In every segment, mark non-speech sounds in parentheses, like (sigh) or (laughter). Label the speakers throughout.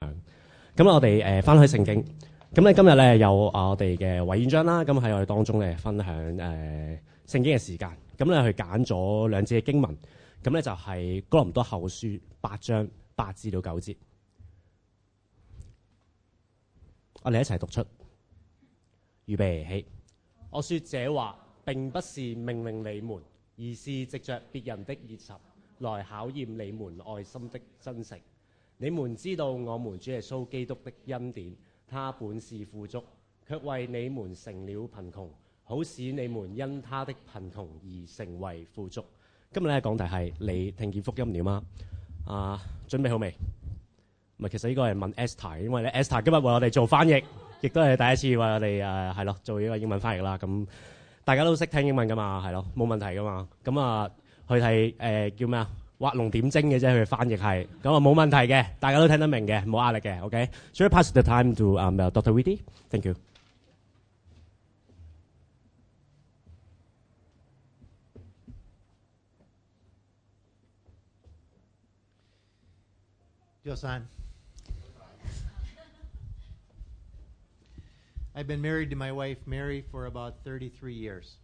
Speaker 1: 咁啊我哋誒翻去聖經，咁咧今日咧有啊我哋嘅委員長啦，咁喺我哋當中咧分享誒、呃、聖經嘅時間，咁咧佢揀咗兩節嘅經文，咁咧就係、哥林多後書八章八至到九節，我啊哋一齊讀出，預備起。我說這話並不是命令你們，而是藉着別人的熱忱來考驗你們愛心的真誠。你們知道我們主耶穌基督的恩典，他本是富足，卻為你們成了貧窮，好使你們因他的貧窮而成為富足。今日咧講題係你聽見福音了嗎？啊，準備好未？唔係，其實呢個係問 Esther，因為咧 Esther 今日為我哋做翻譯，亦都係第一次為我哋誒係咯做呢個英文翻譯啦。咁大家都識聽英文噶嘛，係咯，冇問題噶嘛。咁啊，佢係誒叫咩啊？畫龍點睛嘅啫，佢翻譯係咁啊，冇問題嘅，大家都聽得明嘅，冇壓力嘅。OK，所以 pass the time to 啊、Dr. Witty，thank you。
Speaker 2: Josan. I've been married to my wife Mary for about 33 years.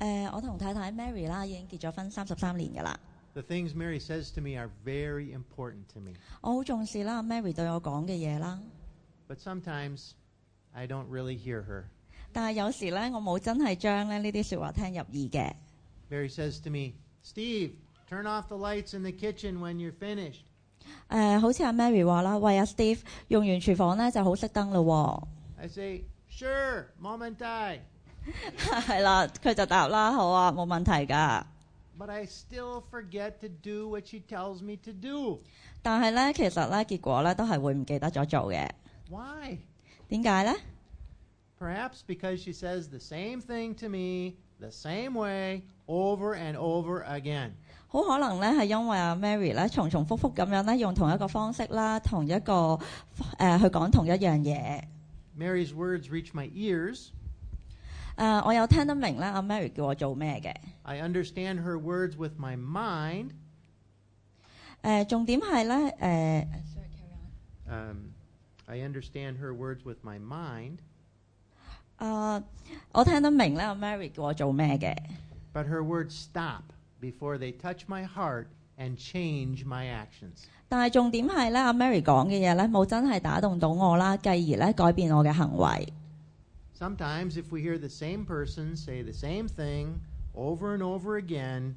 Speaker 3: 誒、呃我同太太 Mary 啦，已經結咗婚三十三年㗎啦。
Speaker 2: The things Mary says to me are very important to me,
Speaker 3: 我好重視啦，Mary 對我講嘅嘢啦。
Speaker 2: but sometimes I don't really hear her.
Speaker 3: 但係有時咧，我冇真係將咧呢啲説話聽入耳嘅。
Speaker 2: Mary says to me, Steve, turn off the lights in the kitchen when you're finished.
Speaker 3: 誒、呃好似阿 Mary 話啦，喂阿 Steve 用完廚房咧就好熄燈咯
Speaker 2: I say, Sure, mom and I.
Speaker 3: 喎。 (laughs) 係啦，佢就答啦，好啊，冇問題㗎。
Speaker 2: But I still forget to do what she tells me to do.
Speaker 3: 但係咧，其實咧，結果咧都係會唔記得咗做嘅。
Speaker 2: Why?
Speaker 3: 點解咧？
Speaker 2: Perhaps because she says the same thing to me the same way over and over again.
Speaker 3: 好可能咧係因為阿 Mary 咧重重複複咁樣咧用同一個方式啦，同一個誒、去講同一樣嘢。
Speaker 2: Mary's words reach my ears.
Speaker 3: 誒、呃我有聽得明啦，阿 Mary 叫我做咩嘅？誒、
Speaker 2: I understand her words with my mind.
Speaker 3: 呃重點係咧，呃誒、
Speaker 2: Um, I understand her words with my mind.
Speaker 3: 啊我聽得明咧，阿 Mary 叫我做咩嘅？
Speaker 2: But her words stop before they touch my heart and change my actions.
Speaker 3: 但係重點係咧，阿 Mary 講嘅嘢咧，冇真係打動到我啦，繼而咧改變我嘅行為。
Speaker 2: Sometimes, if we hear the same person say the same thing over and over again,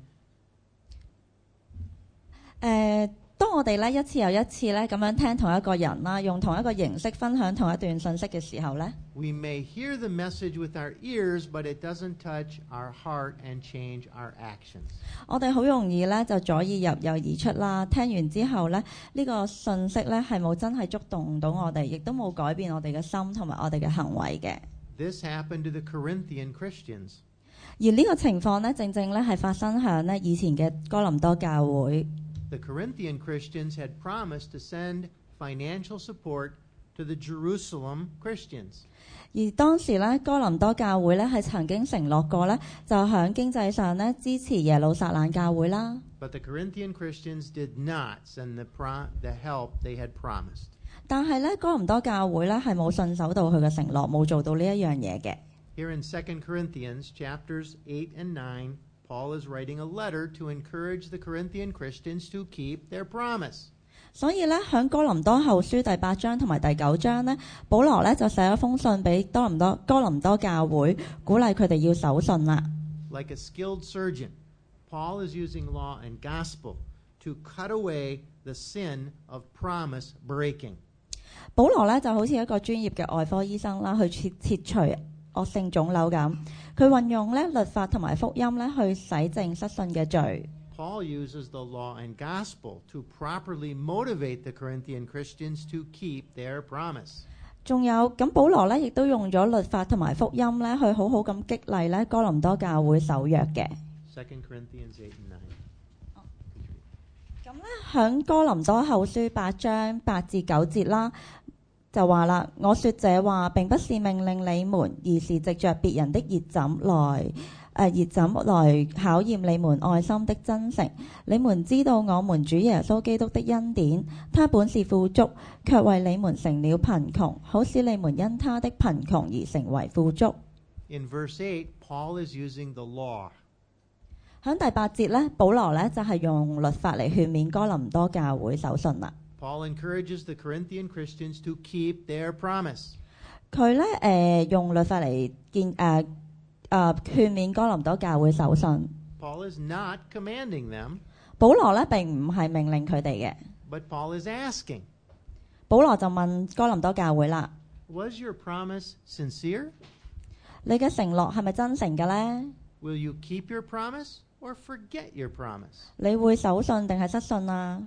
Speaker 3: 誒、呃當我哋咧一次又一次咧咁樣聽同一個人啦，用同一個形式分享同一段信息嘅時候咧，
Speaker 2: we may hear the message with our ears, but it doesn't touch our heart and change our actions.
Speaker 3: 我哋好容易咧就左耳入右耳出啦。聽完之後咧，呢、個信息咧係冇真係觸動到我哋，亦都冇改變我哋嘅心同埋我哋嘅行為嘅。
Speaker 2: This happened to the Corinthian Christians.
Speaker 3: 而呢個情況呢，正正呢係發生喺呢以前嘅哥林多教會。
Speaker 2: The Corinthian Christians had promised to send financial support to the Jerusalem Christians.
Speaker 3: 而當時呢，哥林多教會呢係曾經承諾過呢，就喺經濟上呢支持耶路撒冷教會啦。
Speaker 2: But the Corinthian Christians did not send the, pro- the help they had promised.
Speaker 3: 但係呢，哥林多教會呢係冇信守到佢嘅承諾，冇做到呢一樣嘢嘅。
Speaker 2: Here in 2 Corinthians chapters 8 and 9, Paul is writing a letter to encourage the Corinthian Christians to keep their promise.
Speaker 3: 所以呢，喺哥林多後書第八章同埋第九章呢，保羅呢就寫咗封信俾多林多哥林多教會，鼓勵佢哋要守信啦。
Speaker 2: Like a skilled surgeon, Paul is using law and gospel to cut away the sin of promise breaking.
Speaker 3: 保羅咧就好似一個專業嘅外科醫生啦，去切切除惡性腫瘤咁。佢運用咧律法同埋福音咧去洗淨失信嘅罪。
Speaker 2: Paul uses the law and gospel to properly motivate the Corinthian Christians to keep their promise.
Speaker 3: 仲有咁，保羅咧亦都用咗律法同埋福音咧去好好咁激勵咧哥林多教會守約嘅。
Speaker 2: 2 Corinthians 8 and 9.
Speaker 3: 咁咧，響哥林多後書八章八至九節啦，就話啦：我說這話並不是命令你們，而是藉着別人的熱枕來誒熱枕來考驗你們愛心的真誠。你們知道我們主耶穌基督的恩典，他本是富足，卻為你們成了貧窮，好使你們因他的貧窮而成為富足。
Speaker 2: In verse 8, Paul is using the law.
Speaker 3: 喺第八節呢，保羅呢就係、用律法嚟勸勉哥林多教會守信啦。
Speaker 2: Paul encourages the Corinthian Christians to keep their promise.
Speaker 3: 佢呢誒、呃用律法嚟建誒誒勸勉哥林多教會守信。
Speaker 2: Paul is not commanding them,
Speaker 3: 保羅呢並唔係命令佢哋嘅，
Speaker 2: but Paul is asking,
Speaker 3: 保羅就問哥林多教會啦：
Speaker 2: Was your promise sincere?
Speaker 3: 你嘅承諾係咪真誠嘅呢？
Speaker 2: Will you keep your promise or forget your promise?
Speaker 3: 你會守信定係失信啊？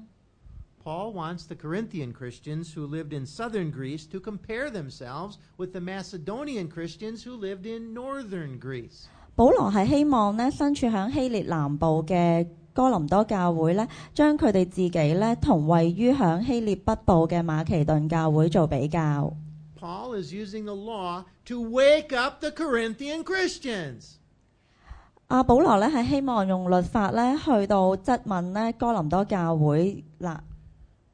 Speaker 2: Paul wants the Corinthian Christians who lived in southern Greece to compare themselves with the Macedonian Christians who lived in northern Greece.
Speaker 3: 保羅係希望呢，身處響希臘南部嘅哥林多教會呢，將佢哋自己呢同位於響希臘北部嘅馬其頓教會做比較。
Speaker 2: Paul is using the law to wake up the Corinthian Christians.
Speaker 3: 阿啊保羅呢係希望用律法呢去到質問呢哥林多教會嗱，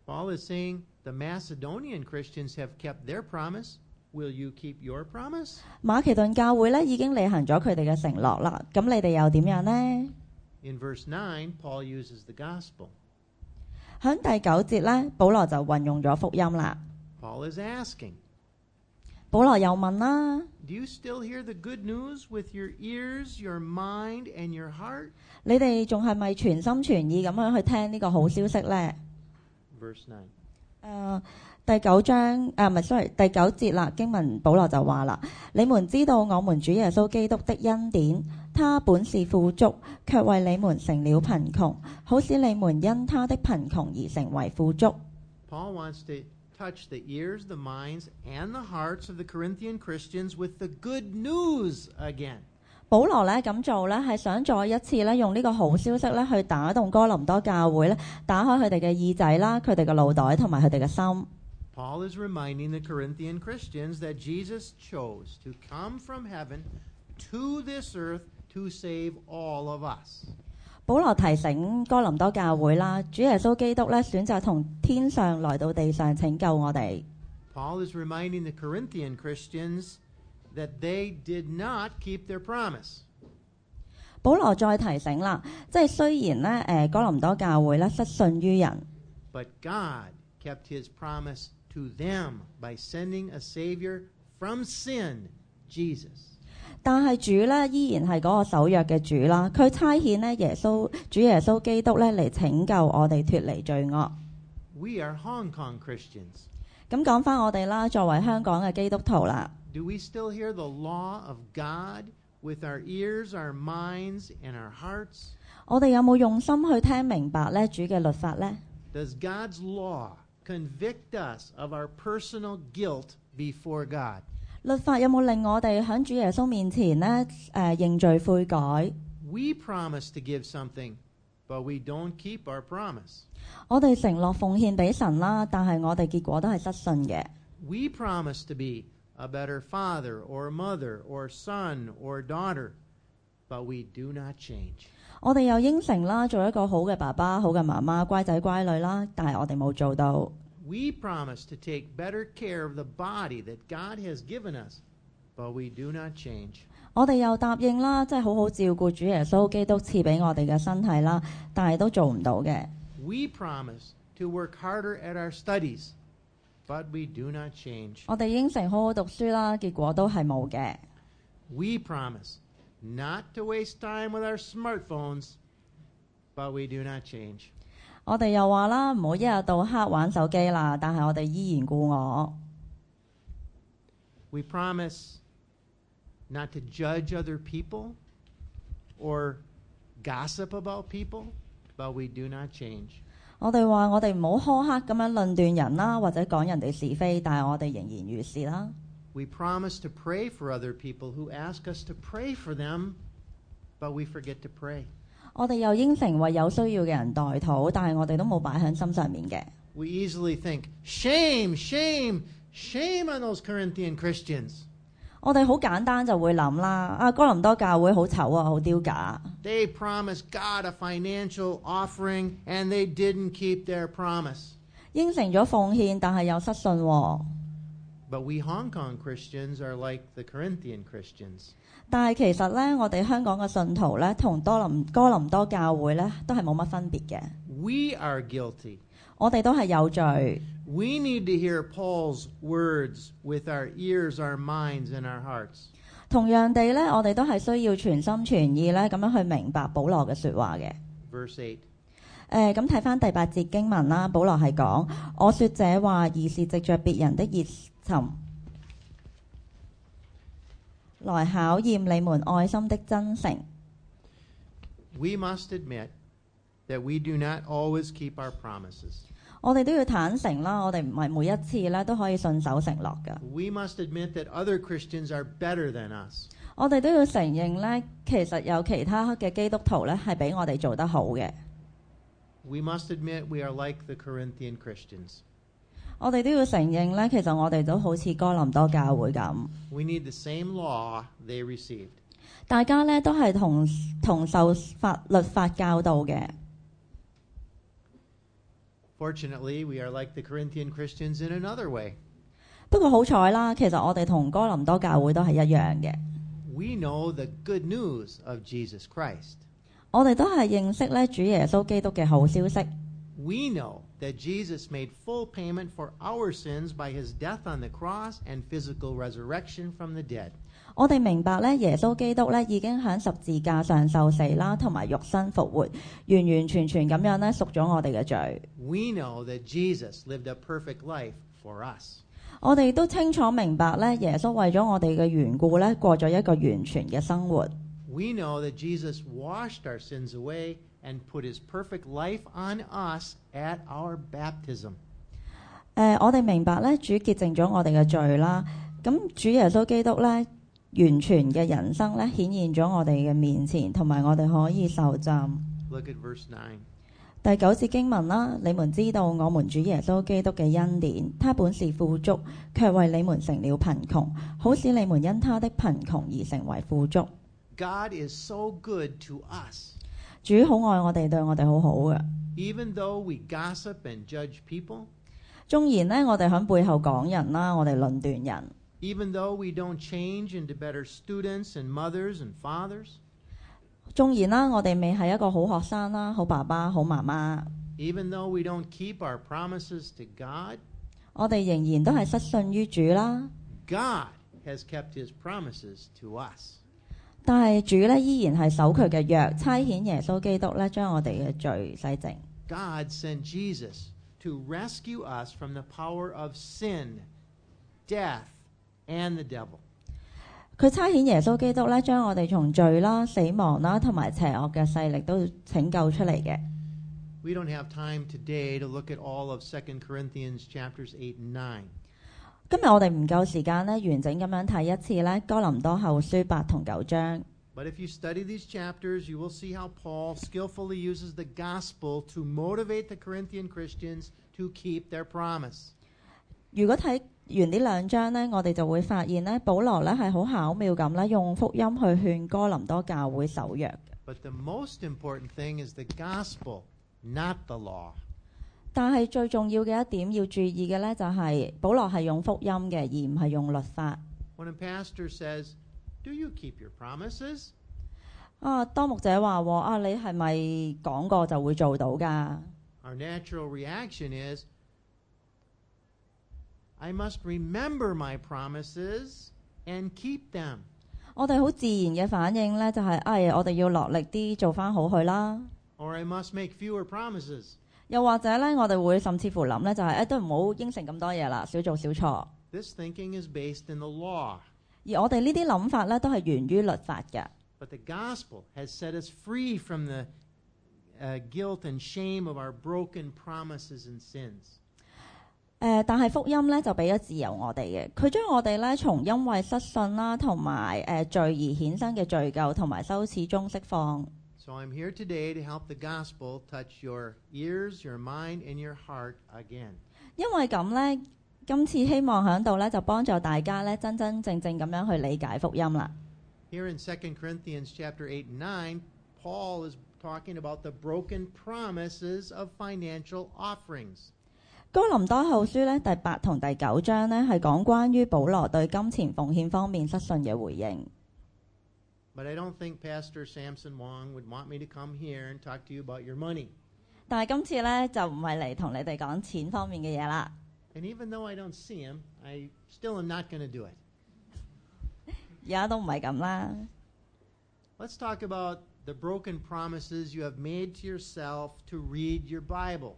Speaker 2: Paul is saying the Macedonian Christians have kept their promise. Will you keep your promise?
Speaker 3: 馬其頓教會呢已經履行咗佢哋嘅承諾啦，咁你哋又點樣呢？
Speaker 2: In verse 9, Paul uses the gospel.
Speaker 3: 喺第九節呢，保羅就運用咗福音啦。
Speaker 2: Paul is asking,
Speaker 3: 保羅又問啦：
Speaker 2: Do you still hear the good news with your ears, your mind, and your heart?
Speaker 3: 你哋仲係咪全心全意咁樣去聽呢個好消息呢？
Speaker 2: Verse 9.
Speaker 3: 誒、呃第九章呃誒唔係 sorry 第九節啦，經文保羅就話啦：你們知道我們主耶穌基督的恩典，他本是富足，卻為你們成了貧窮，好使你們因他的貧窮而成為富足。
Speaker 2: Paul wants to touch the ears, the minds, and the hearts of the Corinthian Christians with the good news again.
Speaker 3: 保羅咧咁做咧，係想再一次咧用呢個好消息咧去打動哥林多教會咧，打開佢哋嘅耳仔啦，佢哋嘅腦袋同埋佢哋嘅心。
Speaker 2: Paul is reminding the Corinthian Christians that Jesus chose to come from heaven to this earth to save all of us.
Speaker 3: 保羅提醒哥林多教會啦，主耶穌基督咧選擇從天上來到地上拯救我哋。
Speaker 2: Paul is reminding the Corinthian Christians that they did not keep their promise.
Speaker 3: 保羅再提醒啦，即係雖然咧，誒、哥林多教會咧失信於人，
Speaker 2: But God kept his promise to them by sending a Savior from sin, Jesus.
Speaker 3: 但係主咧依然係嗰個守約嘅主啦。佢差遣咧耶穌主耶穌基督咧嚟拯救我哋脱離罪惡。
Speaker 2: We are Hong Kong Christians.
Speaker 3: 咁講翻我哋啦，作為香港嘅基督徒啦，
Speaker 2: Do we still hear the law of God with our ears, our minds, and our hearts?
Speaker 3: 我哋有冇用心去聽明白咧主嘅律法呢？
Speaker 2: Does God's law convict us of our personal guilt before God?
Speaker 3: 律法有冇令我哋喺主耶穌面前咧誒、認罪悔改？
Speaker 2: We promise to give something, but we don't keep our promise.
Speaker 3: 我哋承諾奉獻俾神啦，但係我哋結果都係失信嘅。
Speaker 2: We promise to be a better father or mother or son or daughter, but we do not change.
Speaker 3: 我哋又應承啦，做一個好嘅爸爸、好嘅媽媽、乖仔乖女啦，但係我哋冇做到。
Speaker 2: We promise to take better care of the body that God has given us, but we do not change.
Speaker 3: 我哋又答應啦，即係好好照顧主耶穌基督賜俾我哋嘅身體啦，但係都做唔到嘅。
Speaker 2: We promise to work harder at our studies, but we do not change.
Speaker 3: 我哋應承好好讀書啦，結果都係冇嘅。
Speaker 2: We promise not to waste time with our smartphones, but we do not change.
Speaker 3: 我哋又話啦，唔好一日到黑玩手機啦，但係我哋依然故我。
Speaker 2: We promise not to judge other people or gossip about people, but we do not change.
Speaker 3: 我哋話我哋唔好苛刻咁樣論斷人啦，或者講人哋是非，但係我哋仍然如是啦。
Speaker 2: We promise to pray for other people who ask us to pray for them, but we forget to pray.
Speaker 3: 我哋又應承為有需要嘅人代禱，但係我哋都冇擺喺心上面嘅。
Speaker 2: We easily think, shame, shame, shame on those Corinthian Christians.
Speaker 3: 我哋好簡單就會諗啦，啊哥林多教會好醜啊，好丟架，
Speaker 2: They promised God a financial offering and they didn't keep their promise.
Speaker 3: 應承咗奉獻，但係又失信喎。
Speaker 2: But we Hong Kong Christians are like the Corinthian Christians.
Speaker 3: 但係其實呢，我哋香港嘅信徒呢，同多林哥林多教會呢，都係冇乜分別嘅。
Speaker 2: We are guilty.
Speaker 3: 我哋都係有罪，
Speaker 2: We need to hear Paul's words with our ears, our minds, and our hearts.
Speaker 3: 同樣地呢，我哋都係需要全心全意呢咁樣去明白保羅嘅説話嘅。
Speaker 2: Verse 8.
Speaker 3: 誒呃咁睇翻第八節經文啦，保羅係講：我説這話，而是藉着別人的熱忱來考驗你們愛心的真誠。
Speaker 2: We must admit that we do not always keep our promises.
Speaker 3: 我哋都要坦誠啦，我哋唔係每一次咧都可以信守承諾㗎。
Speaker 2: We must admit that other Christians are better than us.
Speaker 3: 我哋都要承認呢，其實有其他嘅基督徒呢係比我哋做得好嘅。
Speaker 2: We must admit we are like the Corinthian Christians.
Speaker 3: 我哋都要承認呢，其實我哋都好似哥林多教會咁，
Speaker 2: We need the same law they received.
Speaker 3: 大家呢都係同同受法律法教導嘅。
Speaker 2: Fortunately, we are like the Corinthian Christians in another way.
Speaker 3: 不過好彩啦，其實我哋同哥林多教會都係一樣嘅，
Speaker 2: We know the good news of Jesus Christ.
Speaker 3: 我哋都係認識咧主耶穌基督嘅好消息。
Speaker 2: We know that Jesus made full payment for our sins by his death on the cross and physical resurrection from the dead.
Speaker 3: 我哋明白咧，耶穌基督咧已經喺十字架上受死啦，同埋肉身復活，完完全全咁樣咧贖咗我哋嘅罪。
Speaker 2: We know that Jesus lived a perfect life for us.
Speaker 3: 我哋都清楚明白咧，耶穌為咗我哋嘅緣故咧，過咗一個完全嘅生活。
Speaker 2: We know that Jesus washed our sins away and put his perfect life on us at our baptism.
Speaker 3: 誒、呃我哋明白咧，主潔淨咗我哋嘅罪啦。咁主耶穌基督咧，完全嘅人生咧，顯現咗我哋嘅面前，同埋我哋可以受浸。
Speaker 2: Look at verse 9.
Speaker 3: 第九節經文啦，你們知道我們主耶穌基督嘅恩典，他本是富足，卻為你們成了貧窮，好使你們因他的貧窮而成為富足。
Speaker 2: God is so good to us.
Speaker 3: 主好愛我哋，對我哋好好嘅。
Speaker 2: Even though we gossip and judge people,
Speaker 3: 縱然呢，我哋喺背後講人啦，我哋論斷人。
Speaker 2: even though we don't change into better students and mothers and fathers,
Speaker 3: 縱然啦，我哋未係一個好學生啦，好爸爸、好媽媽，
Speaker 2: even though we don't keep our promises to God,
Speaker 3: 我哋仍然都係失信於主啦。
Speaker 2: God has kept his promises to us.
Speaker 3: 但係主呢，依然係守佢嘅約，差遣耶穌基督呢，將我哋嘅罪洗淨。
Speaker 2: God sent Jesus to rescue us from the power of sin, death, and the devil.
Speaker 3: 佢差遣耶穌基督咧，將我哋從罪啦、死亡啦同埋邪惡嘅勢力都拯救出嚟嘅。
Speaker 2: We don't have time today to look at all of 2 Corinthians chapters 8 and 9.
Speaker 3: 今日我哋唔夠時間咧，完整咁樣睇一次咧《哥林多後書》八同九章。
Speaker 2: But if you study these chapters, you will see how Paul skillfully uses the gospel to motivate the Corinthian Christians to keep their promise.
Speaker 3: 如果睇完呢兩章呢，我哋就會發現咧，保羅咧係好巧妙咁咧，用福音去勸哥林多教會守約。
Speaker 2: But the most important thing is the gospel, not the law.
Speaker 3: 但係最重要嘅一點要注意嘅呢，就係保羅係用福音嘅，而唔係用律法。
Speaker 2: When a pastor says, Do you keep your promises?
Speaker 3: 啊，當牧者話喎：啊，你係咪講過就會做到㗎？
Speaker 2: Our natural reaction is, I must remember my promises and keep them.
Speaker 3: 我哋好自然嘅反應呢，就係、哎，我哋要落力啲做翻好佢啦。
Speaker 2: Or I must make fewer promises.
Speaker 3: 又或者呢，我哋會甚至乎諗呢，就係、哎都唔好應承咁多嘢啦，少做少錯。
Speaker 2: This thinking is based in the law.
Speaker 3: 而我哋呢啲諗法呢，都係源於律法嘅。
Speaker 2: But the gospel has set us free from the uh, guilt and shame of our broken promises and sins.
Speaker 3: 誒、呃但係福音呢，就俾咗自由我哋嘅，佢將我哋呢，從因為失信啦，同埋誒罪而衍生嘅罪疚同埋羞恥中釋放。
Speaker 2: So I'm here today to help the gospel touch your ears, your mind, and your heart again.
Speaker 3: 因為咁呢，今次希望喺度咧就幫助大家咧真真正正咁樣去理解福音啦。
Speaker 2: Here in 2 Corinthians chapter 8 and 9, Paul is talking about the broken promises of financial offerings.
Speaker 3: 哥林多後書咧第八同第九章咧係講關於保羅對金錢奉獻方面失信嘅回應。
Speaker 2: But I don't think Pastor Samson Wong would want me to come here and talk to you about your money.
Speaker 3: 但係今次咧就唔係嚟同你哋講錢方面嘅嘢啦。
Speaker 2: And even though I don't see him, I still am not going to do it.
Speaker 3: 而家都唔係咁啦。
Speaker 2: Let's talk about the broken promises you have made to yourself to read your Bible.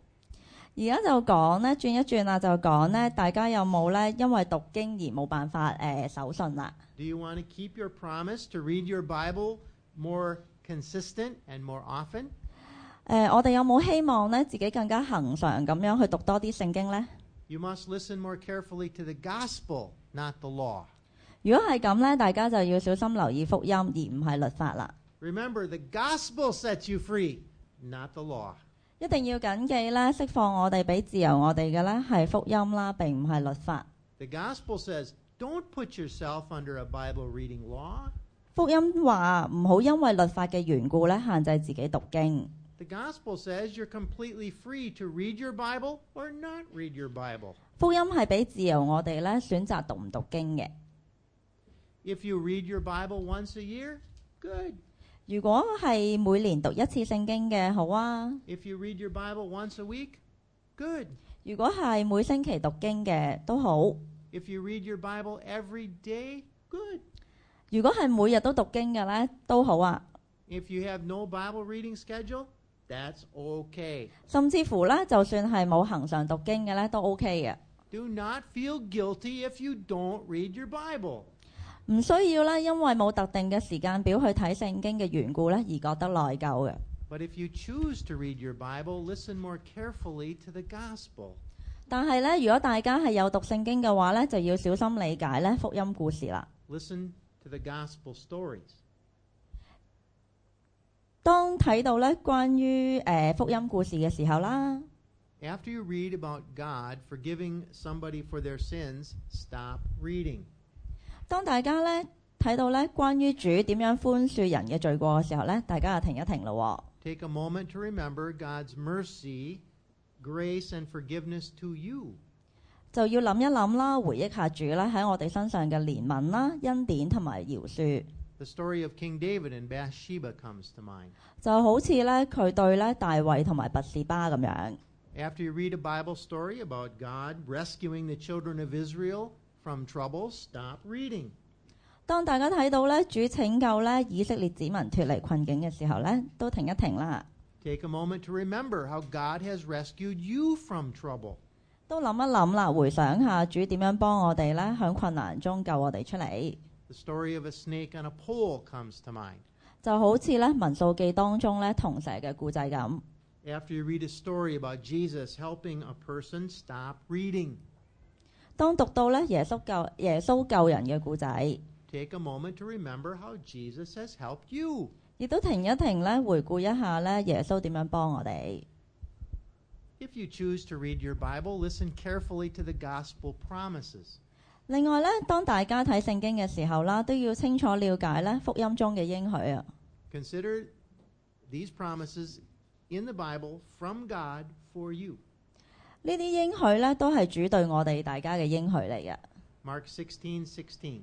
Speaker 3: 而家就講咧，轉一轉啦，就講咧，大家有冇咧因為讀經而冇辦法誒、呃守信啦？
Speaker 2: Do you want to keep your promise to read your Bible more consistent and more often?
Speaker 3: 誒、呃我哋有冇希望咧自己更加恒常咁樣去讀多啲聖經呢？
Speaker 2: You must listen more carefully to the gospel, not the law.
Speaker 3: 如果係咁咧，大家就要小心留意福音，而唔係律法啦。
Speaker 2: Remember, the gospel sets you free, not the law.
Speaker 3: 一定要緊記咧，釋放我哋俾自由我哋嘅咧係福音啦，並唔係律法。
Speaker 2: The gospel says, don't put yourself under a Bible reading law.
Speaker 3: 福音話唔好因為律法嘅緣故咧限制自己讀經。
Speaker 2: The gospel says you're completely free to read your Bible or not read your Bible.
Speaker 3: 福音係俾自由我哋咧選擇讀唔讀經嘅。
Speaker 2: If you read your Bible once a year, good.
Speaker 3: 如果係每年讀一次聖經嘅，好啊。
Speaker 2: If you read your Bible once a week, good.
Speaker 3: 如果係每星期讀經嘅都好，
Speaker 2: If you read your Bible every day, good.
Speaker 3: 如果係每日都讀經嘅呢，都好啊。
Speaker 2: If you have no Bible reading schedule, that's okay.
Speaker 3: 甚至乎呢，就算係冇恒常讀經嘅呢，都 OK 嘅。
Speaker 2: Do not feel guilty if you don't read your Bible.
Speaker 3: 唔需要呢，因為冇特定嘅時間表去睇聖經嘅緣故呢，而覺得內疚嘅。
Speaker 2: But if you choose to read your Bible, listen more carefully to the gospel.
Speaker 3: 但係呢，如果大家係有讀聖經嘅話呢，就要小心理解呢福音故事啦。
Speaker 2: Listen to the gospel stories.
Speaker 3: 當睇到呢關於誒、呃福音故事嘅時候啦，
Speaker 2: After you read about God forgiving somebody for their sins, stop reading.
Speaker 3: 當大家呢睇到呢關於主點樣寬恕人嘅罪過嘅時候呢，大家就停一停咯喎。
Speaker 2: Take a moment to remember God's mercy, grace, and forgiveness to you.
Speaker 3: 就要諗一諗啦，回憶下主啦喺我哋身上嘅憐憫啦、恩典同埋饒恕，
Speaker 2: The story of King David and Bathsheba comes to mind.
Speaker 3: 就好似咧佢對咧大衛同埋拔士巴咁樣。
Speaker 2: After you read a Bible story about God rescuing the children of Israel from trouble, stop reading.
Speaker 3: 當大家睇到咧主拯救咧以色列子民脱離困境嘅時候咧，都停一停啦，
Speaker 2: Take a moment to remember how God has rescued you from trouble.
Speaker 3: 都諗一諗啦，回想下主點樣幫我哋咧喺困難中救我哋出嚟，
Speaker 2: The story of a snake on a pole comes to mind.
Speaker 3: 就好似咧民數記當中咧銅蛇嘅故仔咁。
Speaker 2: After you read a story about Jesus helping a person, stop reading.
Speaker 3: 當讀到咧耶穌救耶穌救人嘅故仔，
Speaker 2: Take a moment to remember how Jesus has helped you.
Speaker 3: 亦都停一停咧，回顧一下咧耶穌點樣幫我哋。
Speaker 2: If you choose to read your Bible, listen carefully to the gospel promises.
Speaker 3: 另外咧，當大家睇聖經嘅時候啦，都要清楚了解咧福音中嘅應許啊。
Speaker 2: Consider these promises in the Bible from God for you.
Speaker 3: 呢啲應許咧都係主對我哋大家嘅應許嚟嘅。
Speaker 2: Mark 16, 16.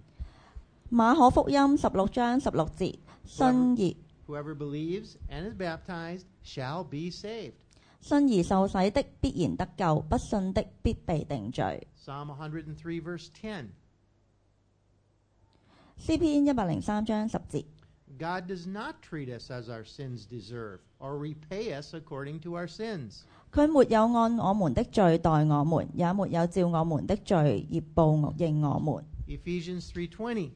Speaker 3: 馬可福音十六章十六節，信而
Speaker 2: Whoever believes and is baptized shall be saved.
Speaker 3: 信而受洗的必然得救，不信的必被定罪。
Speaker 2: Psalm 103, verse 10.
Speaker 3: 詩篇一百零三章十節，
Speaker 2: God does not treat us as our sins deserve or repay us according to our sins.
Speaker 3: 佢沒有按我們的罪待我們，也沒有照我們的罪而報應我們。
Speaker 2: Ephesians 3:20.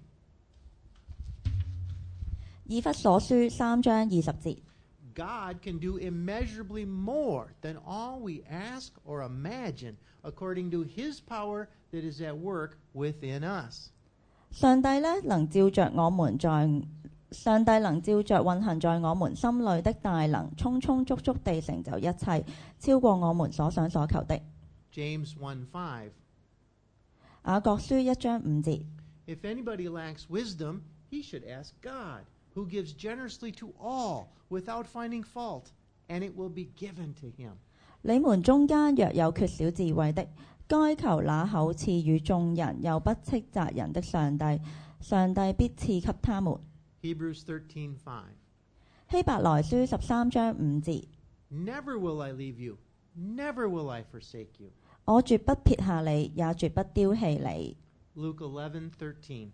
Speaker 3: 以弗所書三章二十節。
Speaker 2: God can do immeasurably more than all we ask or imagine according to his power that is at work within us.
Speaker 3: 上帝呢能照着我們在上帝能照着運行在我們心裏的大能，充充足足地成就一切，超過我們所想所求的。
Speaker 2: James 1 5.
Speaker 3: 雅各書一章五節。
Speaker 2: If anybody lacks wisdom, he should ask God, who gives generously to all without finding fault, and it will be given to him.
Speaker 3: 你們中間若有缺少智慧的，該求那口賜與眾人又不斥責人的上帝，上帝必賜給他們。
Speaker 2: Hebrews 13:5.
Speaker 3: 希伯來書十三章五節：
Speaker 2: Never will I leave you. Never will I forsake you.
Speaker 3: 我絕不撇下你，也絕不丟棄你。
Speaker 2: Luke 11:13.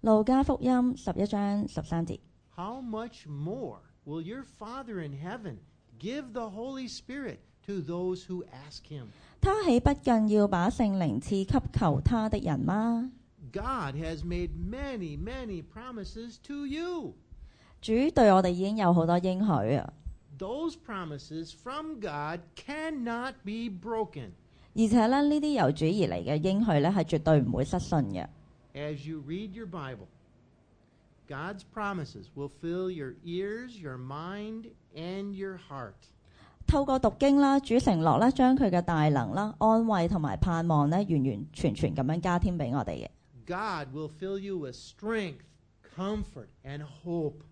Speaker 3: 路加福音十一章十三節：
Speaker 2: How much more will your Father in heaven give the Holy Spirit to those who ask him?
Speaker 3: 他豈不更要把聖靈賜給求他的人嗎？
Speaker 2: God has made many, many promises to you.
Speaker 3: 主對我哋已經有好多應許啊，
Speaker 2: Those promises from God cannot be broken.
Speaker 3: 而且咧呢啲由主而嚟嘅應許咧係絕對唔會失信嘅。
Speaker 2: As you read your Bible, God's promises will fill your ears, your mind, and your heart.
Speaker 3: 透過讀經啦，主承諾啦，將佢嘅大能啦、安慰同埋盼望咧，完完全全咁樣加添俾我哋嘅。
Speaker 2: God will fill you with strength, comfort, and hope.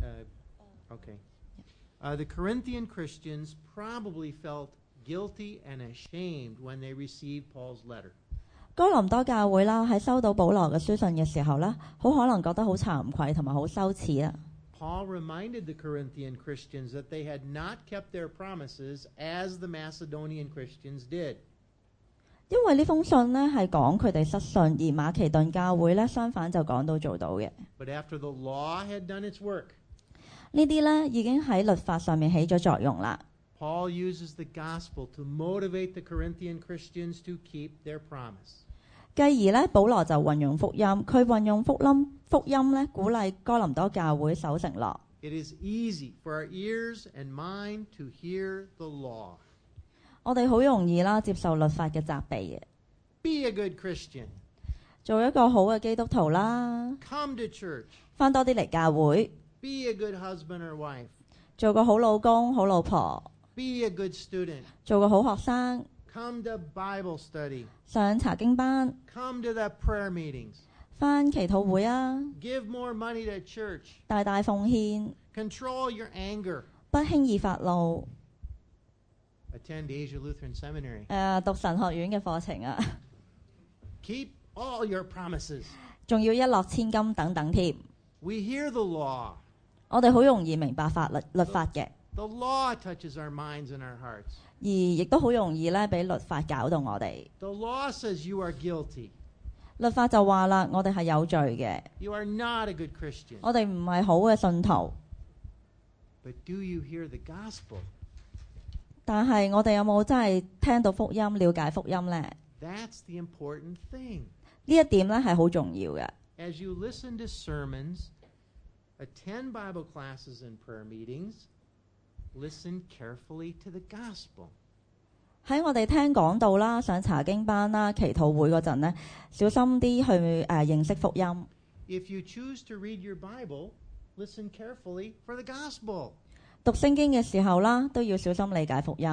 Speaker 2: Uh, okay. Uh, the Corinthian Christians probably felt guilty and ashamed when they received Paul's letter.
Speaker 3: 哥林多教會啦，喺收到保羅嘅書信嘅時候啦，好可能覺得好慚愧同埋好羞恥啊！
Speaker 2: Paul reminded the Corinthian Christians that they had not kept their promises as the Macedonian Christians did.
Speaker 3: 因為呢封信呢係講佢哋失信，而馬其頓教會呢相反就講到做到嘅。
Speaker 2: But after the law had done its work,
Speaker 3: 呢啲呢已經喺律法上面起咗作用啦。
Speaker 2: Paul uses the gospel to motivate the Corinthian Christians to keep their promise.
Speaker 3: 繼而呢，保羅就運用福音，佢運用福音福音呢鼓勵哥林多教會守承諾。
Speaker 2: It is easy for our ears and mind to hear the law.
Speaker 3: 我哋好容易啦接受律法嘅責備嘅，
Speaker 2: Be a good Christian.
Speaker 3: 做一個好嘅基督徒啦，
Speaker 2: Come to church.
Speaker 3: 翻多啲嚟教會，
Speaker 2: Be a good husband or wife.
Speaker 3: 做個好老公、好老婆，
Speaker 2: Be a good student.
Speaker 3: 做個好學生，
Speaker 2: Come to Bible study.
Speaker 3: 上查經班，
Speaker 2: Come to the prayer meetings.
Speaker 3: 翻祈禱會啊，
Speaker 2: Give more money to church.
Speaker 3: 大大奉獻，
Speaker 2: Control your anger.
Speaker 3: 不輕易發怒。
Speaker 2: Attend Asia Lutheran Seminary.
Speaker 3: 誒、讀神學院嘅課程啊， (laughs)
Speaker 2: Keep all your promises.
Speaker 3: 仲要一落千金等等添。
Speaker 2: We hear the law.
Speaker 3: 我哋好容易明白法律律法嘅，
Speaker 2: The law touches our minds and our hearts.
Speaker 3: 而亦都好容易咧俾律法搞到我哋。
Speaker 2: The law says you are guilty.
Speaker 3: 律法就話啦，我哋係有罪嘅，
Speaker 2: You are not a good Christian.
Speaker 3: 我哋唔係好嘅信徒。
Speaker 2: But do you hear the gospel?
Speaker 3: 但係我哋有冇真係聽到福音、了解福音呢？呢
Speaker 2: That's the important thing.
Speaker 3: 一點呢係好重要嘅。
Speaker 2: As you listen to sermons, attend Bible classes and prayer meetings, listen carefully to the gospel.
Speaker 3: 喺我哋聽講道啦、上查經班啦、祈禱會嗰陣呢，小心啲去誒、呃、認識福音。
Speaker 2: If you choose to read your Bible, listen carefully for the gospel.
Speaker 3: 讀聖經嘅時候啦，都要小心理解福音。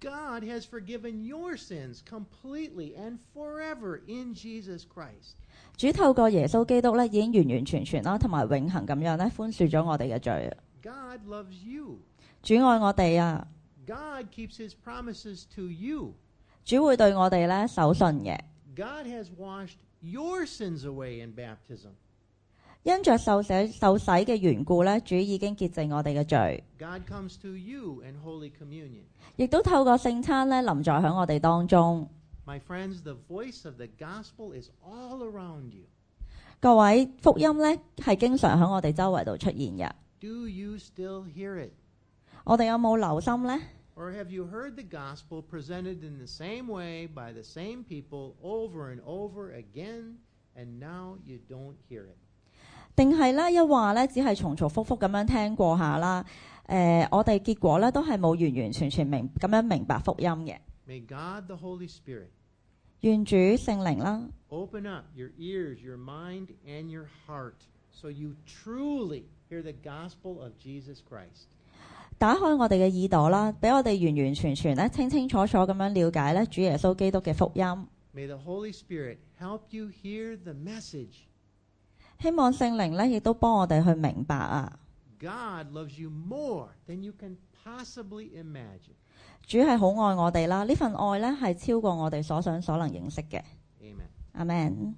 Speaker 2: God has forgiven your sins completely and forever in Jesus Christ.
Speaker 3: 主透過耶穌基督咧，已經完完全全啦，同埋永恆咁樣咧，寬恕咗我哋嘅罪。
Speaker 2: God loves you.
Speaker 3: 主愛我哋啊！
Speaker 2: God keeps his promises to you.
Speaker 3: 主會對我哋咧守信嘅。
Speaker 2: God has washed your sins away in baptism.
Speaker 3: 因着受洗受洗嘅緣故咧，主已經潔淨我哋嘅罪，
Speaker 2: God comes to you in Holy Communion.
Speaker 3: 亦都透過聖餐咧臨在喺我哋當中。
Speaker 2: My friends, the voice of the gospel is all around you.
Speaker 3: 各位，福音呢係經常喺我哋周圍度出現嘅。
Speaker 2: Do you still hear it?
Speaker 3: 我哋有冇留心呢？
Speaker 2: Or have you heard the gospel presented in the same way by the same people over and over again, and now you don't hear it?
Speaker 3: 定係呢一話呢，只係重重複複咁樣聽過下啦。誒、我哋結果呢都係冇完完全全明咁樣明白福音嘅。
Speaker 2: May God the Holy Spirit
Speaker 3: 願主聖靈啦，
Speaker 2: open up your ears, your mind, and your heart so you truly hear the gospel of Jesus Christ.
Speaker 3: 打開我哋嘅耳朵啦，俾我哋完完全全咧清清楚楚咁樣了解咧主耶穌基督嘅福音。
Speaker 2: May the Holy Spirit help you hear the message.
Speaker 3: 希望聖靈咧亦都幫我哋去明白啊！
Speaker 2: God loves you more than you can possibly imagine.
Speaker 3: 主係好愛我哋啦，呢份愛咧係超過我哋所想所能認識嘅。
Speaker 2: Amen.
Speaker 3: 阿 Man。